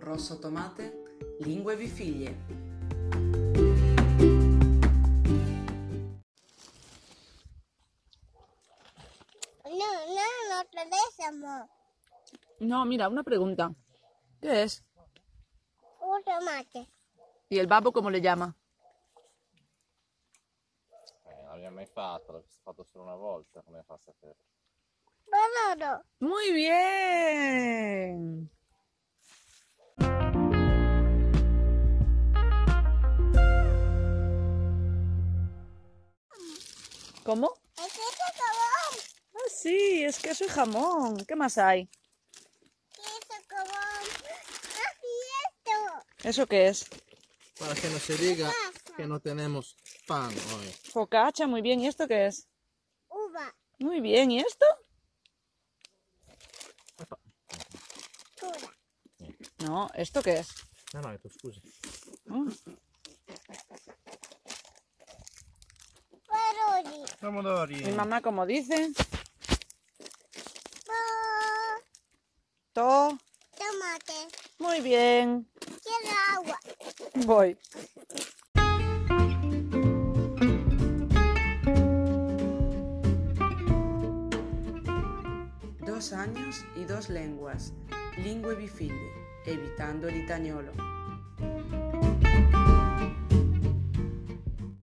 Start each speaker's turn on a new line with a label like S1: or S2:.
S1: rosso tomate, lingue bifiglie.
S2: No, no, no regresamos.
S3: No, mira, una pregunta. ¿Qué es?
S2: Un tomate.
S3: ¿Y el babo cómo le llama?
S4: Eh, non l'abbiamo mai fatto, l'ho fatto solo una volta, come fa a sapere?
S2: Bonoro.
S3: Muy bien. ¿Cómo?
S2: ¿Es eso colón?
S3: Ah, sí, es queso y jamón. ¿Qué más hay?
S2: ¿Qué es eso colón? Así esto.
S3: ¿Eso qué es?
S5: Para que no se diga que no tenemos pan hoy.
S3: Focacha, muy bien. ¿Y esto qué es?
S2: Uva.
S3: Muy bien. ¿Y esto?
S2: Cola.
S3: No, ¿esto qué es?
S5: No, no, tu scusi.
S2: Baroli.
S5: Pomodori.
S3: Mi mamá, como dice,
S2: Bo-
S3: to.
S2: Tomate.
S3: Muy bien.
S2: Quiero agua.
S3: Voy.
S1: Dos años y dos lenguas, lingue bifiglie, evitando el itañolo.